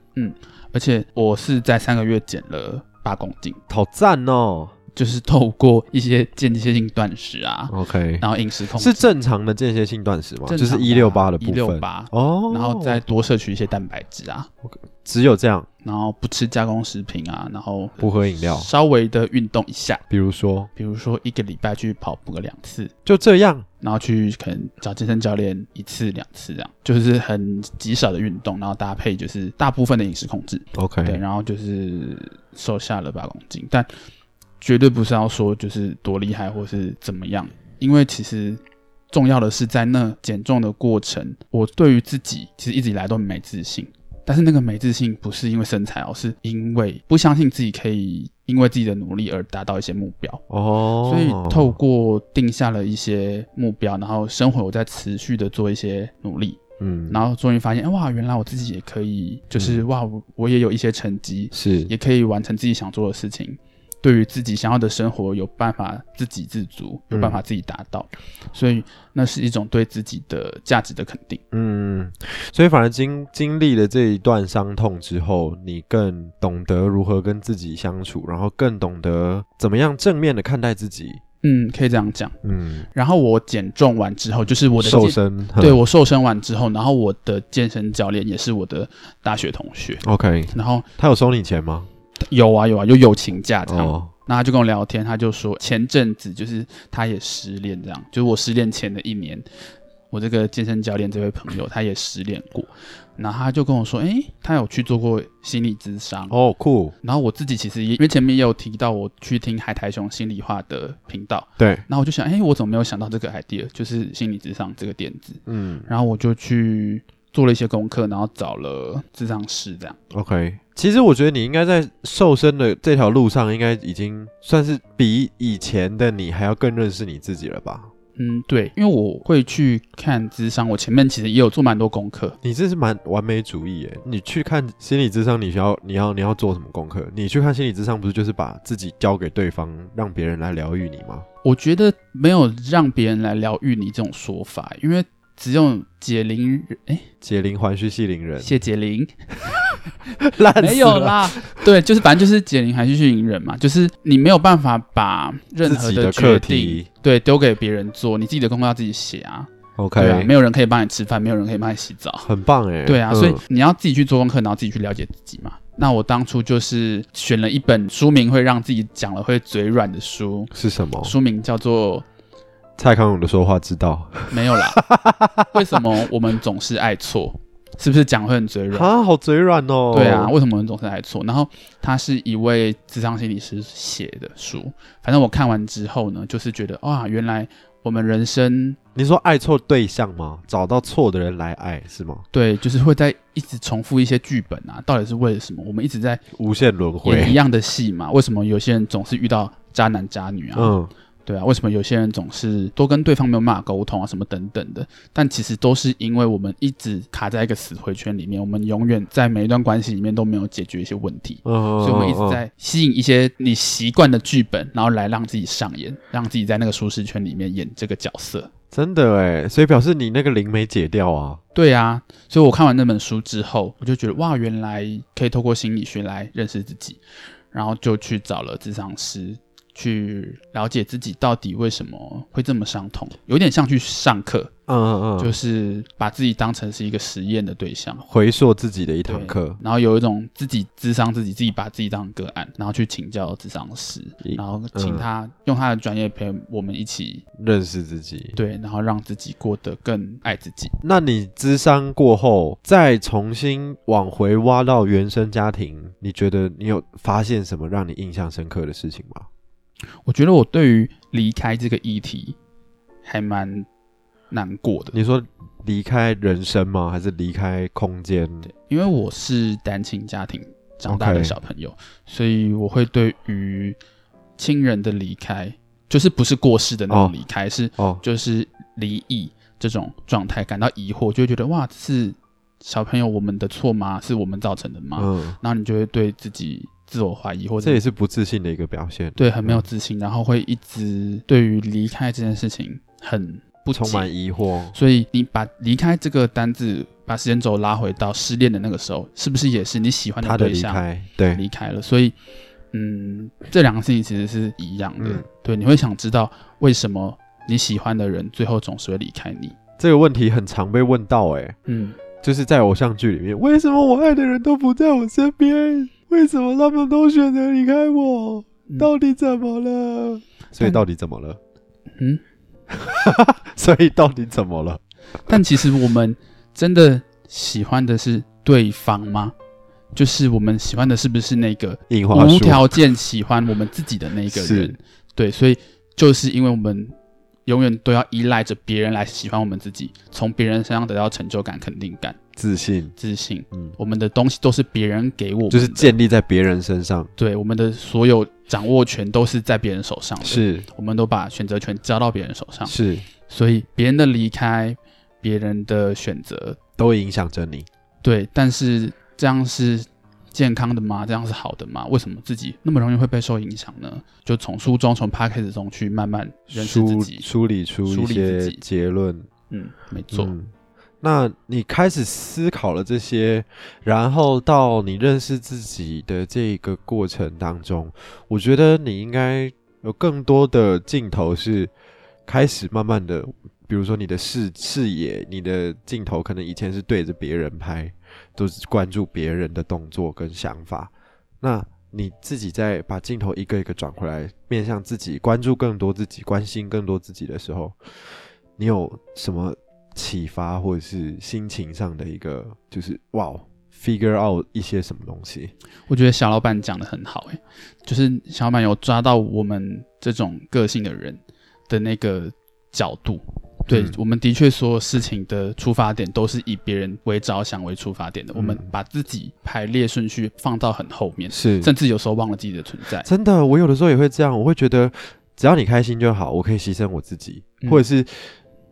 [SPEAKER 2] 而且我是在三个月减了八公斤，
[SPEAKER 1] 好赞哦。
[SPEAKER 2] 就是透过一些间歇性断食啊，
[SPEAKER 1] OK，
[SPEAKER 2] 然后饮食控制
[SPEAKER 1] 是正常的间歇性断食吗？就是一六八的部
[SPEAKER 2] 啊一六
[SPEAKER 1] 分
[SPEAKER 2] 八，
[SPEAKER 1] 哦，
[SPEAKER 2] 然后再多摄取一些蛋白质啊，
[SPEAKER 1] 只有这样，
[SPEAKER 2] 然后不吃加工食品啊，然后
[SPEAKER 1] 不喝饮料，
[SPEAKER 2] 稍微的运动一下，
[SPEAKER 1] 比如说
[SPEAKER 2] 比如说一个礼拜去跑步个两次，
[SPEAKER 1] 就这样，
[SPEAKER 2] 然后去可能找健身教练一次两次这样，就是很极少的运动，然后搭配就是大部分的饮食控制，对，
[SPEAKER 1] OK，
[SPEAKER 2] 然后就是瘦下了八公斤，但绝对不是要说就是多厉害或是怎么样，因为其实重要的是在那减重的过程，我对于自己其实一直以来都很没自信，但是那个没自信不是因为身材哦，是因为不相信自己可以因为自己的努力而达到一些目标。
[SPEAKER 1] 哦，
[SPEAKER 2] 所以透过定下了一些目标，然后生活我在持续的做一些努力，
[SPEAKER 1] 嗯，
[SPEAKER 2] 然后终于发现，哎哇，原来我自己也可以，就是、哇，我我也有一些成绩，
[SPEAKER 1] 是
[SPEAKER 2] 也可以完成自己想做的事情，对于自己想要的生活有办法自给自足，
[SPEAKER 1] 嗯
[SPEAKER 2] 有办法自己达到，所以那是一种对自己的价值的肯定。
[SPEAKER 1] 嗯，所以反而经经历了这一段伤痛之后，你更懂得如何跟自己相处，然后更懂得怎么样正面的看待自己。
[SPEAKER 2] 嗯，可以这样讲。
[SPEAKER 1] 嗯，
[SPEAKER 2] 然后我减重完之后，就是我的
[SPEAKER 1] 瘦
[SPEAKER 2] 健，
[SPEAKER 1] 身，嗯
[SPEAKER 2] 对我瘦身完之后，然后我的健身教练也是我的大学同学，
[SPEAKER 1] 嗯，OK，
[SPEAKER 2] 然后
[SPEAKER 1] 他有收你钱吗？
[SPEAKER 2] 有啊有啊，有友情价这样。
[SPEAKER 1] 哦，
[SPEAKER 2] 那他就跟我聊天，他就说前阵子就是他也失恋，这样就是我失恋前的一年，我这个健身教练这位朋友他也失恋过，然后他就跟我说，诶，他有去做过心理咨商。
[SPEAKER 1] 哦，酷，
[SPEAKER 2] 然后我自己其实也因为前面也有提到我去听海苔熊心里话的频道，
[SPEAKER 1] 对，
[SPEAKER 2] 然后我就想，诶，我怎么没有想到这个 idea，就是心理咨商这个点子？
[SPEAKER 1] 嗯
[SPEAKER 2] 然后我就去做了一些功课，然后找了咨商师这样。
[SPEAKER 1] ，OK。其实我觉得你应该在瘦身的这条路上，应该已经算是比以前的你还要更认识你自己了吧？
[SPEAKER 2] 嗯，对，因为我会去看智商，我前面其实也有做蛮多功课。
[SPEAKER 1] 你这是蛮完美主义耶！你去看心理智商，你需要你要你要做什么功课？你去看心理智商，不是就是把自己交给对方，让别人来疗愈你吗？
[SPEAKER 2] 我觉得没有让别人来疗愈你这种说法，因为只有解铃，哎，
[SPEAKER 1] 解铃还须系铃人，
[SPEAKER 2] 谢解铃，
[SPEAKER 1] 烂死了
[SPEAKER 2] 没有，啦，对，就是反正就是解铃还是去铃人嘛，就是你没有办法把任
[SPEAKER 1] 自
[SPEAKER 2] 何
[SPEAKER 1] 己的
[SPEAKER 2] 决
[SPEAKER 1] 课
[SPEAKER 2] 定
[SPEAKER 1] 题。
[SPEAKER 2] 对丢给别人做，你自己的功课要自己写啊，
[SPEAKER 1] OK，
[SPEAKER 2] 对啊，没有人可以帮你吃饭，没有人可以帮你洗澡，
[SPEAKER 1] 很棒哎。
[SPEAKER 2] 对啊，
[SPEAKER 1] 嗯
[SPEAKER 2] 所以你要自己去做功课，然后自己去了解自己嘛。那我当初就是选了一本书名会让自己讲了会嘴软的书，
[SPEAKER 1] 是什么？
[SPEAKER 2] 书名叫做
[SPEAKER 1] 蔡康永的说话之道
[SPEAKER 2] 《没有 啦》，为什么我们总是爱错？是不是讲会很嘴软？
[SPEAKER 1] 啊，好嘴软哦。
[SPEAKER 2] 对啊，，为什么我们总是爱错？然后它是一位智商心理师写的书，反正我看完之后呢，就是觉得哇，原来我们人生
[SPEAKER 1] 你说爱错对象吗？找到错的人来爱是吗？
[SPEAKER 2] 对，就是会在一直重复一些剧本啊，到底是为了什么？我们一直在
[SPEAKER 1] 无限轮
[SPEAKER 2] 演一
[SPEAKER 1] 回。
[SPEAKER 2] 样的戏嘛，为什么有些人总是遇到渣男渣女啊？
[SPEAKER 1] 嗯，
[SPEAKER 2] 对啊，为什么有些人总是都跟对方没有办法沟通啊，什么等等的？但其实都是因为我们一直卡在一个死回圈里面，我们永远在每一段关系里面都没有解决一些问题，
[SPEAKER 1] 嗯，
[SPEAKER 2] 所以我们一直
[SPEAKER 1] 嗯。
[SPEAKER 2] 在吸引一些你习惯的剧本，然后来让自己上演，让自己在那个舒适圈里面演这个角色。
[SPEAKER 1] 真的哎，所以表示你那个铃没解掉啊。
[SPEAKER 2] 对啊，所以我看完那本书之后，我就觉得哇，原来可以透过心理学来认识自己，然后就去找了智商师去了解自己到底为什么会这么伤痛，有点像去上课，
[SPEAKER 1] 嗯嗯嗯，
[SPEAKER 2] 就是把自己当成是一个实验的对象。
[SPEAKER 1] 回溯自己的一堂
[SPEAKER 2] 对
[SPEAKER 1] 课，
[SPEAKER 2] 然后有一种自己智商自己，自己把自己当个案，然后去请教智商师，
[SPEAKER 1] 一
[SPEAKER 2] 然后
[SPEAKER 1] 嗯
[SPEAKER 2] 请他、用他的专业陪我们一起
[SPEAKER 1] 认识自己。
[SPEAKER 2] 对，然后让自己过得更爱自己。
[SPEAKER 1] 那你智商过后，再重新往回挖到原生家庭，你觉得你有发现什么让你印象深刻的事情吗？
[SPEAKER 2] 我觉得我对于离开这个议题还蛮难过的。
[SPEAKER 1] 你说离开人生吗？还是离开空间？
[SPEAKER 2] 对，因为我是单亲家庭长大的
[SPEAKER 1] OK
[SPEAKER 2] 小朋友所以我会对于亲人的离开，就是不是过世的那
[SPEAKER 1] 哦
[SPEAKER 2] 种离开，是
[SPEAKER 1] 哦，
[SPEAKER 2] 就是离异这种状态感到疑惑，就会觉得哇，是小朋友我们的错吗？是我们造成的吗？
[SPEAKER 1] 嗯，
[SPEAKER 2] 然后你就会对自己自我怀疑，或
[SPEAKER 1] 这
[SPEAKER 2] 者
[SPEAKER 1] 也是不自信的一个表现，
[SPEAKER 2] 对很没有
[SPEAKER 1] 嗯
[SPEAKER 2] 自信，然后会一直对于离开这件事情很不
[SPEAKER 1] 充
[SPEAKER 2] 解
[SPEAKER 1] 满疑惑。
[SPEAKER 2] 所以你把离开这个单字，把时间轴拉回到失恋的那个时候，是不是也是你喜欢
[SPEAKER 1] 他的
[SPEAKER 2] 对
[SPEAKER 1] 离
[SPEAKER 2] 象
[SPEAKER 1] 开，对，
[SPEAKER 2] 离开了？所以，嗯，这两个事情其实是一样的。
[SPEAKER 1] 嗯
[SPEAKER 2] 对，你会想知道为什么你喜欢的人最后总是会离开你。
[SPEAKER 1] 这个问题很常被问到、欸，
[SPEAKER 2] 嗯，
[SPEAKER 1] 就是在偶像剧里面，为什么我爱的人都不在我身边？为什么他们都选择离开我？
[SPEAKER 2] 嗯
[SPEAKER 1] 到底怎么了？所以到底怎么了？
[SPEAKER 2] 嗯，
[SPEAKER 1] 所以到底怎么了？
[SPEAKER 2] 但其实我们真的喜欢的是对方吗？就是我们喜欢的是不是那个
[SPEAKER 1] 樱花
[SPEAKER 2] 无
[SPEAKER 1] 树，
[SPEAKER 2] 条件喜欢我们自己的那一个
[SPEAKER 1] 是
[SPEAKER 2] 人。对，所以就是因为我们永远都要依赖着别人来喜欢我们自己，从别人身上得到成就感、肯定感、
[SPEAKER 1] 自信，
[SPEAKER 2] 自信。
[SPEAKER 1] 嗯，
[SPEAKER 2] 我们的东西都是别人给我们
[SPEAKER 1] 就
[SPEAKER 2] 的，
[SPEAKER 1] 是建立在别人身上，
[SPEAKER 2] 对我们的所有掌握权都是在别人手上的，
[SPEAKER 1] 是
[SPEAKER 2] 我们都把选择权交到别人手上，
[SPEAKER 1] 是，
[SPEAKER 2] 所以别人的离开，别人的选择，
[SPEAKER 1] 都影响着你。
[SPEAKER 2] 对，但是这样是健康的吗？这样是好的吗？为什么自己那么容易会被受影响呢？就从书中、从 p a c k a g e 中去慢慢认识自
[SPEAKER 1] 梳
[SPEAKER 2] 己。
[SPEAKER 1] 梳理出
[SPEAKER 2] 梳
[SPEAKER 1] 一
[SPEAKER 2] 理自
[SPEAKER 1] 些
[SPEAKER 2] 己
[SPEAKER 1] 结论，
[SPEAKER 2] 嗯，没错。
[SPEAKER 1] 嗯那你开始思考了这些，然后到你认识自己的这个过程当中，我觉得你应该有更多的镜头是开始慢慢的，比如说你的视视野，你的镜头可能以前是对着别人拍，都是关注别人的动作跟想法，那。你自己在把镜头一个一个转回来，面向自己，关注更多自己，关心更多自己的时候，你有什么启发或者是心情上的一个，就是哇，figure out 一些什么东西。
[SPEAKER 2] 我觉得小老板讲的很好、欸，就是小老板有抓到我们这种个性的人的那个角度。对、
[SPEAKER 1] 嗯
[SPEAKER 2] 我们的确所有事情的出发点都是以别人为着想为出发点的，我们
[SPEAKER 1] 嗯
[SPEAKER 2] 把自己排列顺序放到很后面，
[SPEAKER 1] 是
[SPEAKER 2] 甚至有时候忘了自己的存在。
[SPEAKER 1] 真的，我有的时候也会这样，我会觉得只要你开心就好，我可以牺牲我自己，
[SPEAKER 2] 嗯
[SPEAKER 1] 或者是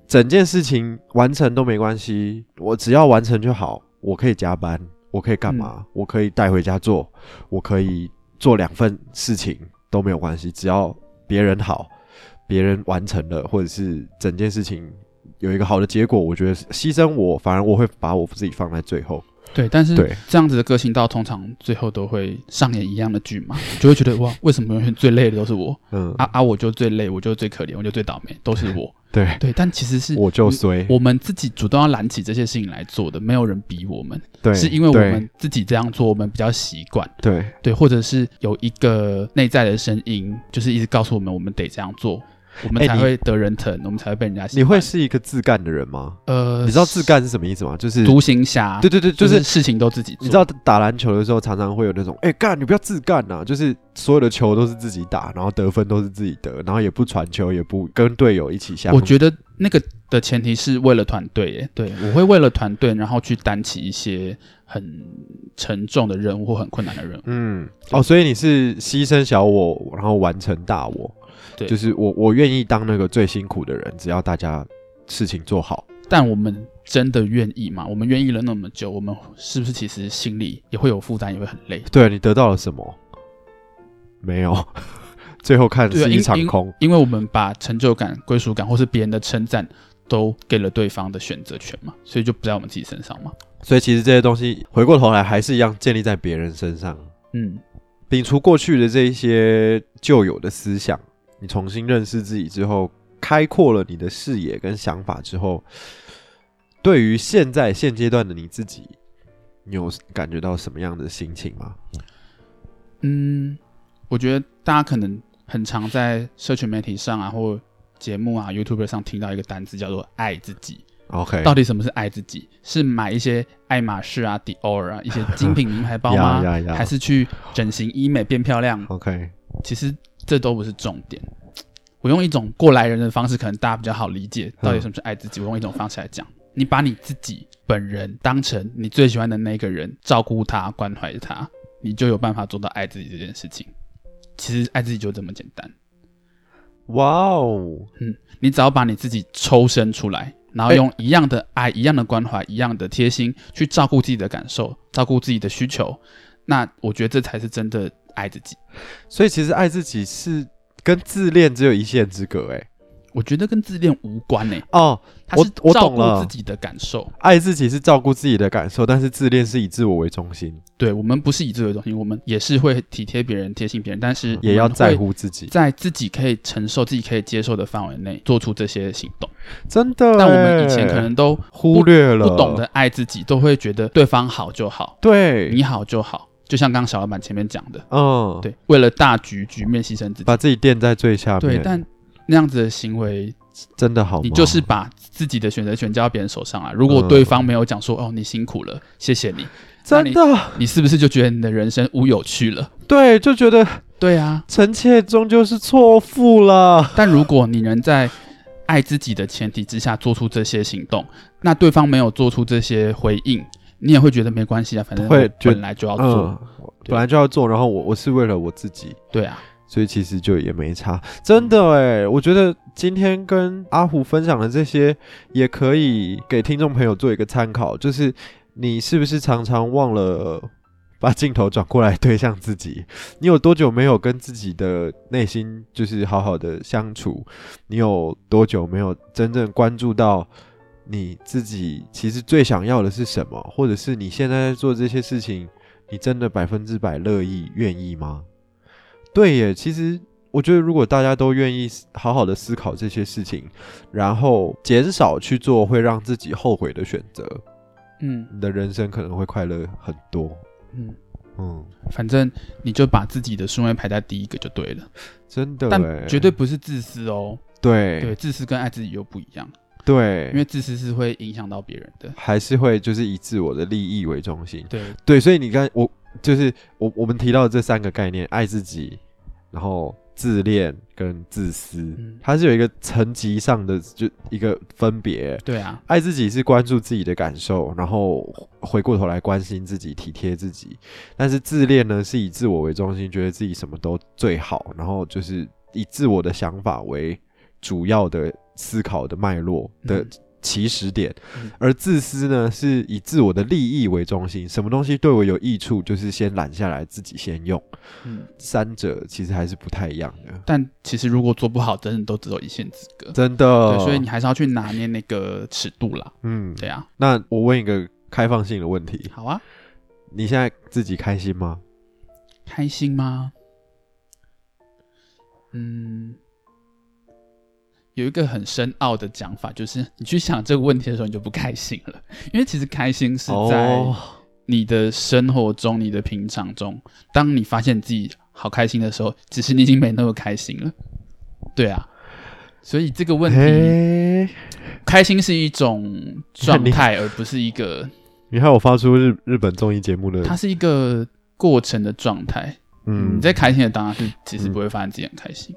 [SPEAKER 1] 整件事情完成都没关系，我只要完成就好，我可以加班，我可以干嘛，
[SPEAKER 2] 嗯
[SPEAKER 1] 我可以带回家做，我可以做两份事情都没有关系，只要别人好，别人完成了，或者是整件事情。有一个好的结果，我觉得牺牲我，反而我会把我自己放在最后。
[SPEAKER 2] 对，但是
[SPEAKER 1] 对
[SPEAKER 2] 这样子的个性到通常最后都会上演一样的剧嘛， 就会觉得哇，为什么永远最累的都是我
[SPEAKER 1] 嗯，
[SPEAKER 2] 啊啊，我就最累，我就最可怜，我就最倒霉，都是我。
[SPEAKER 1] 对，
[SPEAKER 2] 对，但其实是
[SPEAKER 1] 我就
[SPEAKER 2] 嗯
[SPEAKER 1] 衰，
[SPEAKER 2] 我们自己主动要揽起这些事情来做的，没有人逼我们，
[SPEAKER 1] 对，
[SPEAKER 2] 是因为我
[SPEAKER 1] 对
[SPEAKER 2] 们自己这样做，我们比较习惯，
[SPEAKER 1] 对
[SPEAKER 2] 对，或者是有一个内在的声音，就是一直告诉我们我们得这样做，我们
[SPEAKER 1] 哎
[SPEAKER 2] 才
[SPEAKER 1] 你
[SPEAKER 2] 会得人疼，我们才会被人家喜
[SPEAKER 1] 你
[SPEAKER 2] 欢。
[SPEAKER 1] 会是一个自干的人吗？
[SPEAKER 2] 呃，
[SPEAKER 1] 你知道自干是什么意思吗？就是
[SPEAKER 2] 独行侠，
[SPEAKER 1] 对对对，就
[SPEAKER 2] 就
[SPEAKER 1] 是是
[SPEAKER 2] 事情都自己做，
[SPEAKER 1] 你知道打篮球的时候，常常会有那种，哎、干，你不要自干呐、就是所有的球都是自己打，然后得分都是自己得，然后也不传球，也不跟队友一起相。
[SPEAKER 2] 我觉得那个的前提是为了团队耶，对我会为了团队，然后去担起一些很沉重的任务或很困难的任务。
[SPEAKER 1] 嗯，哦，所以你是牺牲小我，然后完成大我，
[SPEAKER 2] 对
[SPEAKER 1] 就是我我愿意当那个最辛苦的人，只要大家事情做好。
[SPEAKER 2] 但我们真的愿意吗？我们愿意了那么久，我们是不是其实心里也会有负担，也会很累？
[SPEAKER 1] 对啊你得到了什么？没有， 最后看
[SPEAKER 2] 对啊
[SPEAKER 1] 是
[SPEAKER 2] 因
[SPEAKER 1] 一场空。
[SPEAKER 2] 因为我们把成就感、归属感或是别人的称赞都给了对方的选择权嘛，所以就不在我们自己身上嘛。
[SPEAKER 1] 所以其实这些东西回过头来还是一样建立在别人身上，
[SPEAKER 2] 嗯，
[SPEAKER 1] 摒除过去的这一些旧有的思想，你重新认识自己之后，开阔了你的视野跟想法之后，对于现在现阶段的你自己，你有感觉到什么样的心情吗？
[SPEAKER 2] 嗯，我觉得大家可能很常在社群媒体上啊，或节目啊、YouTube 上听到一个单词叫做“爱自己”。
[SPEAKER 1] OK，
[SPEAKER 2] 到底什么是爱自己？是买一些爱马仕啊、迪奥啊一些精品名牌包
[SPEAKER 1] 呀
[SPEAKER 2] 吗
[SPEAKER 1] 呀呀
[SPEAKER 2] 还是去整形医美变漂亮？
[SPEAKER 1] OK，
[SPEAKER 2] 其实这都不是重点。我用一种过来人的方式，可能大家比较好理解到底什么是爱自己。我用一种方式来讲，你把你自己本人当成你最喜欢的那个人，照顾他、关怀他，你就有办法做到爱自己这件事情。其实爱自己就这么简单，
[SPEAKER 1] 哇哦，
[SPEAKER 2] 你只要把你自己抽身出来，然后
[SPEAKER 1] 哎
[SPEAKER 2] 用一样的爱、一样的关怀、一样的贴心去照顾自己的感受，照顾自己的需求，那我觉得这才是真的爱自己。
[SPEAKER 1] 所以其实爱自己是跟自恋只有一线之隔，哎，
[SPEAKER 2] 我觉得跟自恋无关呢、
[SPEAKER 1] 哦，
[SPEAKER 2] 它
[SPEAKER 1] 我
[SPEAKER 2] 是
[SPEAKER 1] 我
[SPEAKER 2] 照
[SPEAKER 1] 懂
[SPEAKER 2] 顾
[SPEAKER 1] 了
[SPEAKER 2] 自己的感受。
[SPEAKER 1] 爱自己是照顾自己的感受，但是自恋是以自我为中心，
[SPEAKER 2] 对我们不是以这为中心，我们也是会体贴别人、贴心别人，但是
[SPEAKER 1] 也要
[SPEAKER 2] 嗯我们会
[SPEAKER 1] 在乎自己，
[SPEAKER 2] 在自己可以承受、自己可以接受的范围内做出这些行动。
[SPEAKER 1] 真的欸。
[SPEAKER 2] 但我们以前可能都
[SPEAKER 1] 忽略了，
[SPEAKER 2] 不懂得爱自己，都会觉得对方好就好，
[SPEAKER 1] 对，
[SPEAKER 2] 你好就好。就像刚刚小老板前面讲的，
[SPEAKER 1] 嗯，
[SPEAKER 2] 对，为了大局局面牺牲自己，
[SPEAKER 1] 把自己垫在最下面，
[SPEAKER 2] 对，但那样子的行为
[SPEAKER 1] 真的好吗？
[SPEAKER 2] 你就是把自己的选择权交到别人手上啊。如果
[SPEAKER 1] 嗯
[SPEAKER 2] 对方没有讲说、哦，你辛苦了，谢谢你，
[SPEAKER 1] 真的
[SPEAKER 2] 你是不是就觉得你的人生无有趣了？
[SPEAKER 1] 对，就觉得
[SPEAKER 2] 对啊，
[SPEAKER 1] 臣妾终究是错付了，
[SPEAKER 2] 但如果你能在爱自己的前提之下做出这些行动，那对方没有做出这些回应，你也会觉得没关系啊，反正
[SPEAKER 1] 会
[SPEAKER 2] 我
[SPEAKER 1] 觉
[SPEAKER 2] 本来就要做。
[SPEAKER 1] 嗯，我本来就要做，然后我我是为了我自己，
[SPEAKER 2] 对啊，
[SPEAKER 1] 所以其实就也没差，真的哎，我觉得今天跟阿虎分享的这些，也可以给听众朋友做一个参考，就是你是不是常常忘了把镜头转过来对向自己？你有多久没有跟自己的内心就是好好的相处？你有多久没有真正关注到？你自己其实最想要的是什么，或者是你现在在做这些事情，你真的百分之百乐意、愿意吗？对耶，其实我觉得，如果大家都愿意思好好的思考这些事情，然后减少去做会让自己后悔的选择，
[SPEAKER 2] 嗯
[SPEAKER 1] 你的人生可能会快乐很多。
[SPEAKER 2] 嗯，
[SPEAKER 1] 嗯，
[SPEAKER 2] 反正你就把自己的顺位排在第一个就对了，
[SPEAKER 1] 真的耶，
[SPEAKER 2] 但绝对不是自私哦。
[SPEAKER 1] 对
[SPEAKER 2] 对，自私跟爱自己又不一样，
[SPEAKER 1] 对，
[SPEAKER 2] 因为自私是会影响到别人的。
[SPEAKER 1] 还是会就是以自我的利益为中心。
[SPEAKER 2] 对，
[SPEAKER 1] 对，所以你看，我就是我我们提到的这三个概念，爱自己，然后自恋跟自私，
[SPEAKER 2] 嗯
[SPEAKER 1] 它是有一个层级上的就一个分别耶。
[SPEAKER 2] 对啊，
[SPEAKER 1] 爱自己是关注自己的感受，然后回过头来关心自己、体贴自己。但是自恋呢，是以自我为中心，觉得自己什么都最好，然后就是以自我的想法为主要的思考的脉络的
[SPEAKER 2] 嗯
[SPEAKER 1] 起始点。
[SPEAKER 2] 嗯
[SPEAKER 1] 而自私呢，是以自我的利益为中心，什么东西对我有益处，就是先揽下来，自己先用。
[SPEAKER 2] 嗯，
[SPEAKER 1] 三者其实还是不太一样的，
[SPEAKER 2] 但其实如果做不好，真的都只有一线之隔。
[SPEAKER 1] 真的。
[SPEAKER 2] 对，所以你还是要去拿捏那个尺度啦。
[SPEAKER 1] 嗯，
[SPEAKER 2] 对啊，
[SPEAKER 1] 那我问一个开放性的问题。
[SPEAKER 2] 好啊，
[SPEAKER 1] 你现在自己开心吗？
[SPEAKER 2] 开心吗？嗯，有一个很深奥的讲法，就是你去想这个问题的时候，你就不开心了，因为其实开心是在
[SPEAKER 1] 哦、
[SPEAKER 2] 你的生活中、你的平常中，当你发现自己好开心的时候，其实你已经没那么开心了。对啊，所以这个问题，
[SPEAKER 1] 嘿
[SPEAKER 2] 开心是一种状 态，而不是一个，
[SPEAKER 1] 你看我发出日日本综艺节目的，嗯
[SPEAKER 2] 它是一个过程的状态。你在开心的当下是其实不会发现自己很开心，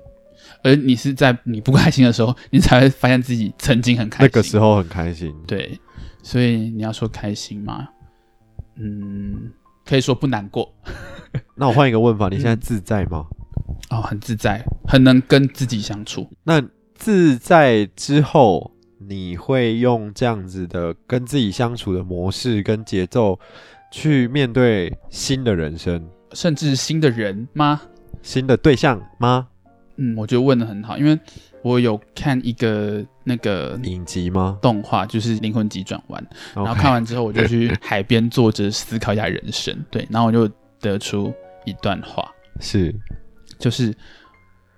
[SPEAKER 2] 而你是在你不开心的时候，你才会发现自己曾经很开心。
[SPEAKER 1] 那个时候很开心，
[SPEAKER 2] 对，所以你要说开心嘛，嗯，可以说不难过
[SPEAKER 1] 那我换一个问法，你
[SPEAKER 2] 嗯
[SPEAKER 1] 现在自在吗？
[SPEAKER 2] 哦，很自在，很能跟自己相处。
[SPEAKER 1] 那自在之后，你会用这样子的跟自己相处的模式跟节奏，去面对新的人生、
[SPEAKER 2] 甚至新的人吗？
[SPEAKER 1] 新的对象吗？
[SPEAKER 2] 嗯，我觉得问的很好，因为我有看一个那个
[SPEAKER 1] 影集吗？
[SPEAKER 2] 动画，就是《灵魂急转弯》。
[SPEAKER 1] 然
[SPEAKER 2] 嗯然后看完之后，我就去海边坐着思考一下人生。对，然后我就得出一段话，
[SPEAKER 1] 是
[SPEAKER 2] 就是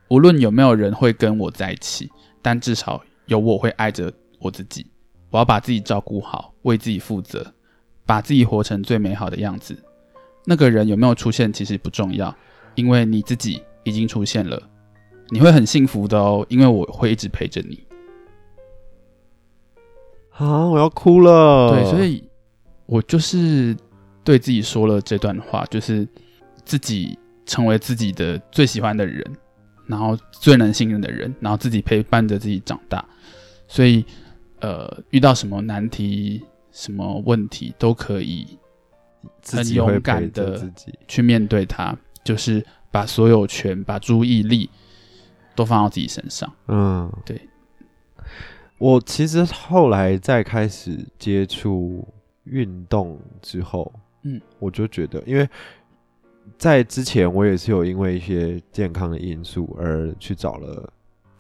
[SPEAKER 2] 无论有没有人会跟我在一起，但至少有我会爱着我自己。我要把自己照顾好，为自己负责，把自己活成最美好的样子。那个人有没有出现其实不重要，因为你自己已经出现了，你会很幸福的哦，因为我会一直陪着你。
[SPEAKER 1] 啊，我要哭了。
[SPEAKER 2] 对，所以我就是对自己说了这段话，就是自己成为自己的最喜欢的人，然后最能信任的人，然后自己陪伴着自己长大。所以，呃，遇到什么难题、什么问题，都可以
[SPEAKER 1] 自
[SPEAKER 2] 很
[SPEAKER 1] 己会
[SPEAKER 2] 勇敢
[SPEAKER 1] 陪着
[SPEAKER 2] 地
[SPEAKER 1] 自己。
[SPEAKER 2] 去面对它，就是把所有权、把注意力都放到自己身上。
[SPEAKER 1] 嗯，
[SPEAKER 2] 对。
[SPEAKER 1] 我其实后来在开始接触运动之后，
[SPEAKER 2] 嗯，
[SPEAKER 1] 我就觉得，因为在之前我也是有因为一些健康的因素而去找了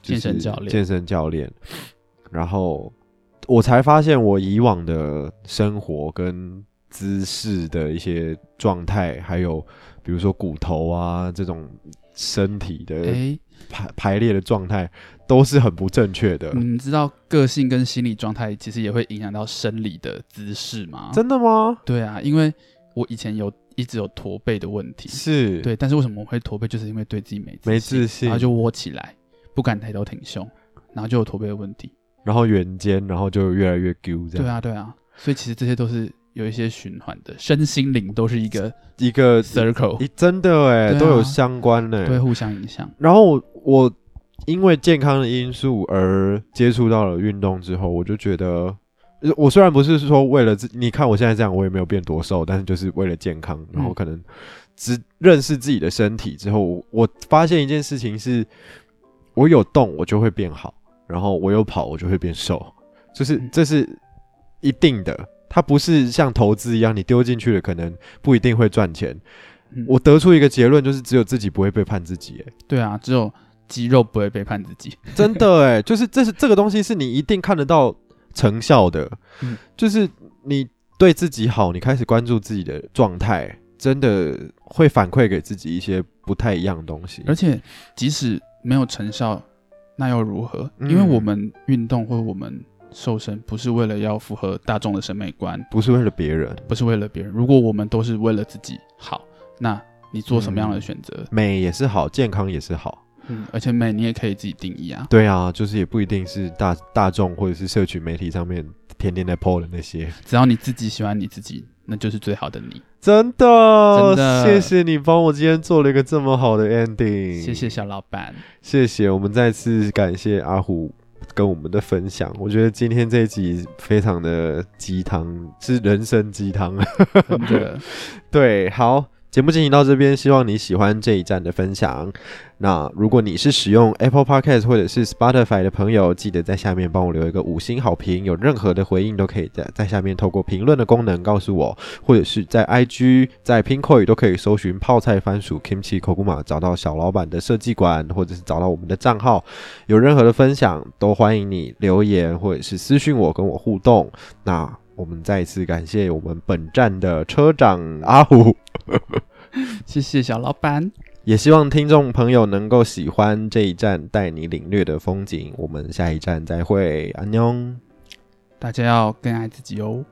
[SPEAKER 1] 就
[SPEAKER 2] 健身
[SPEAKER 1] 是
[SPEAKER 2] 教练
[SPEAKER 1] 健身教练，然后我才发现我以往的生活跟姿势的一些状态，还有比如说骨头啊这种身体的
[SPEAKER 2] 诶，
[SPEAKER 1] 排排列的状态都是很不正确的。
[SPEAKER 2] 你们知道个性跟心理状态其实也会影响到生理的姿势吗？
[SPEAKER 1] 真的吗？
[SPEAKER 2] 对啊，因为我以前有一直有驼背的问题，
[SPEAKER 1] 是，
[SPEAKER 2] 对，但是为什么我会驼背，就是因为对自己没
[SPEAKER 1] 没自信
[SPEAKER 2] 然后就窝起来，不敢抬头挺胸，然后就有驼背的问题。
[SPEAKER 1] 然后圆肩，然后就越来越丢，这样
[SPEAKER 2] 对啊，对啊，所以其实这些都是有一些循环的，身心灵都是一个
[SPEAKER 1] 一个
[SPEAKER 2] circle，
[SPEAKER 1] 呃一真的哎、
[SPEAKER 2] 对啊
[SPEAKER 1] 都有相关欸呢、
[SPEAKER 2] 对，互相影响。
[SPEAKER 1] 然后我我因为健康的因素而接触到了运动之后，我就觉得。呃我虽然不是说为了自，你看我现在这样，我也没有变多瘦，但是就是为了健康，然后可能只认识自己的身体之后，我我发现一件事情是，我有动我就会变好，然后我有跑我就会变瘦，就是
[SPEAKER 2] 嗯
[SPEAKER 1] 这是一定的，它不是像投资一样，你丢进去了可能不一定会赚钱。
[SPEAKER 2] 嗯
[SPEAKER 1] 我得出一个结论，就是只有自己不会背叛自己、欸，
[SPEAKER 2] 对啊，只有肌肉不会背叛自己。
[SPEAKER 1] 真的哎，就是这是这个东西是你一定看得到成效的，
[SPEAKER 2] 嗯
[SPEAKER 1] 就是你对自己好，你开始关注自己的状态，真的会反馈给自己一些不太一样的东西。
[SPEAKER 2] 而且即使没有成效，那又如何？
[SPEAKER 1] 嗯
[SPEAKER 2] 因为我们运动或我们瘦身，不是为了要符合大众的审美观，
[SPEAKER 1] 不是为了别人，
[SPEAKER 2] 不是为了别人。如果我们都是为了自己好，那你做什么样的选择？
[SPEAKER 1] 美也是好，健康也是好。
[SPEAKER 2] 嗯，而且美你也可以自己定义啊。
[SPEAKER 1] 对啊，就是也不一定是大大众或者是社群媒体上面天天在 PO 的那些。
[SPEAKER 2] 只要你自己喜欢你自己，那就是最好的你。
[SPEAKER 1] 真的，
[SPEAKER 2] 真的
[SPEAKER 1] 谢谢你帮我今天做了一个这么好的 ending，
[SPEAKER 2] 谢谢小老板，
[SPEAKER 1] 谢谢，我们再次感谢阿虎跟我们的分享。我觉得今天这一集非常的鸡汤，是人生鸡汤。
[SPEAKER 2] 真的，
[SPEAKER 1] 对，好，节目进行到这边，希望你喜欢这一站的分享。那如果你是使用 Apple Podcast 或者是 Spotify 的朋友，记得在下面帮我留一个五星好评。有任何的回应都可以在在下面透过评论的功能告诉我，或者是在 IG、在 Pinkoi 都可以搜寻泡菜番薯 Kimchi Kokuma，找到小老板的设计馆，或者是找到我们的账号。有任何的分享，都欢迎你留言或者是私讯我，跟我互动。那我们再一次感谢我们本站的车长阿虎，
[SPEAKER 2] 谢谢小老板，
[SPEAKER 1] 也希望听众朋友能够喜欢这一站带你领略的风景。我们下一站再会，安妞。
[SPEAKER 2] 大家要更爱自己哦。